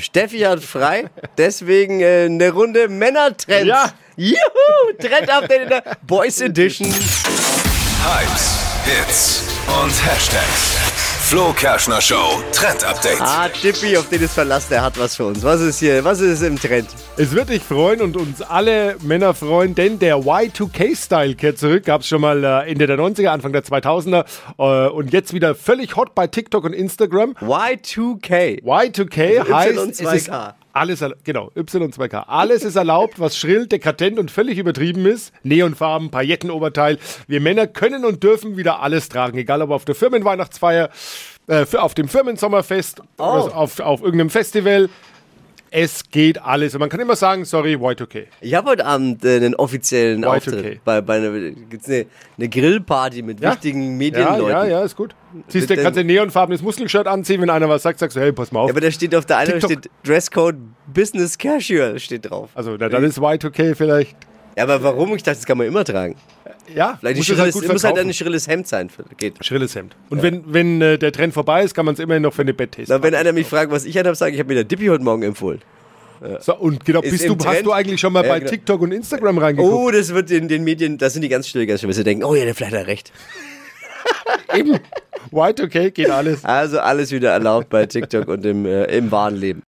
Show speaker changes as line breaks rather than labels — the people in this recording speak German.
Steffi hat frei, deswegen äh, eine Runde Männertrends.
Ja.
Juhu, Trend-Update in der äh, Boys Edition.
Hypes, Hits und Hashtags. Flo Kerschner Show Trend Update.
Ah, Chippy, auf den ist Verlass, der hat was für uns. Was ist hier, was ist im Trend?
Es wird dich freuen und uns alle Männer freuen, denn der Y2K-Style kehrt zurück. Gab es schon mal äh, Ende der 90er, Anfang der 2000er äh, und jetzt wieder völlig hot bei TikTok und Instagram.
Y2K. Also
Y2K heißt, es ist
Y2K.
alles, erla- genau, Y2K. Alles ist erlaubt, was schrill, dekadent und völlig übertrieben ist. Neonfarben, Paillettenoberteil. Wir Männer können und dürfen wieder alles tragen, egal ob auf der Firmenweihnachtsfeier, äh, für, auf dem Firmensommerfest,
Oh.
oder auf, auf irgendeinem Festival. Es geht alles. Und man kann immer sagen, sorry, Y2K.
Ich habe heute Abend äh, einen offiziellen
Y2K.
Auftritt. Bei, bei einer, gibt's eine, eine Grillparty mit
Ja?
wichtigen
Ja,
Medienleuten.
ja, ja, ist gut. Siehst du,
Mit
kannst
dem-
ein neonfarbenes Muskelshirt anziehen, wenn einer was sagt, sagst du, hey, pass mal
Ja,
auf.
aber da steht auf der einen
TikTok.
steht Dresscode Business Casual steht drauf.
Also, na, dann ist Y2K vielleicht.
Ja, aber warum? Ich dachte, das kann man immer tragen.
Ja,
Vielleicht ein
musst du es
schrilles,
gut
muss halt
verkaufen.
ein schrilles Hemd sein. für- Geht.
Schrilles Hemd. Und wenn, wenn äh, der Trend vorbei ist, kann man es immerhin noch für eine Betttaste.
Na, wenn einer mich fragt, was ich anhabe, sage ich, ich habe mir der Dippy heute Morgen empfohlen.
So, und genau,
Ist
bist
im
du, hast
Trend.
du eigentlich schon mal
Ja,
bei
genau.
TikTok und Instagram reingeguckt?
Oh, das wird in den Medien, da sind die ganz still, ganz still, weil sie denken, oh ja, der vielleicht hat recht.
White, okay, geht alles.
Also alles wieder erlaubt bei TikTok und im, äh, im wahren Leben.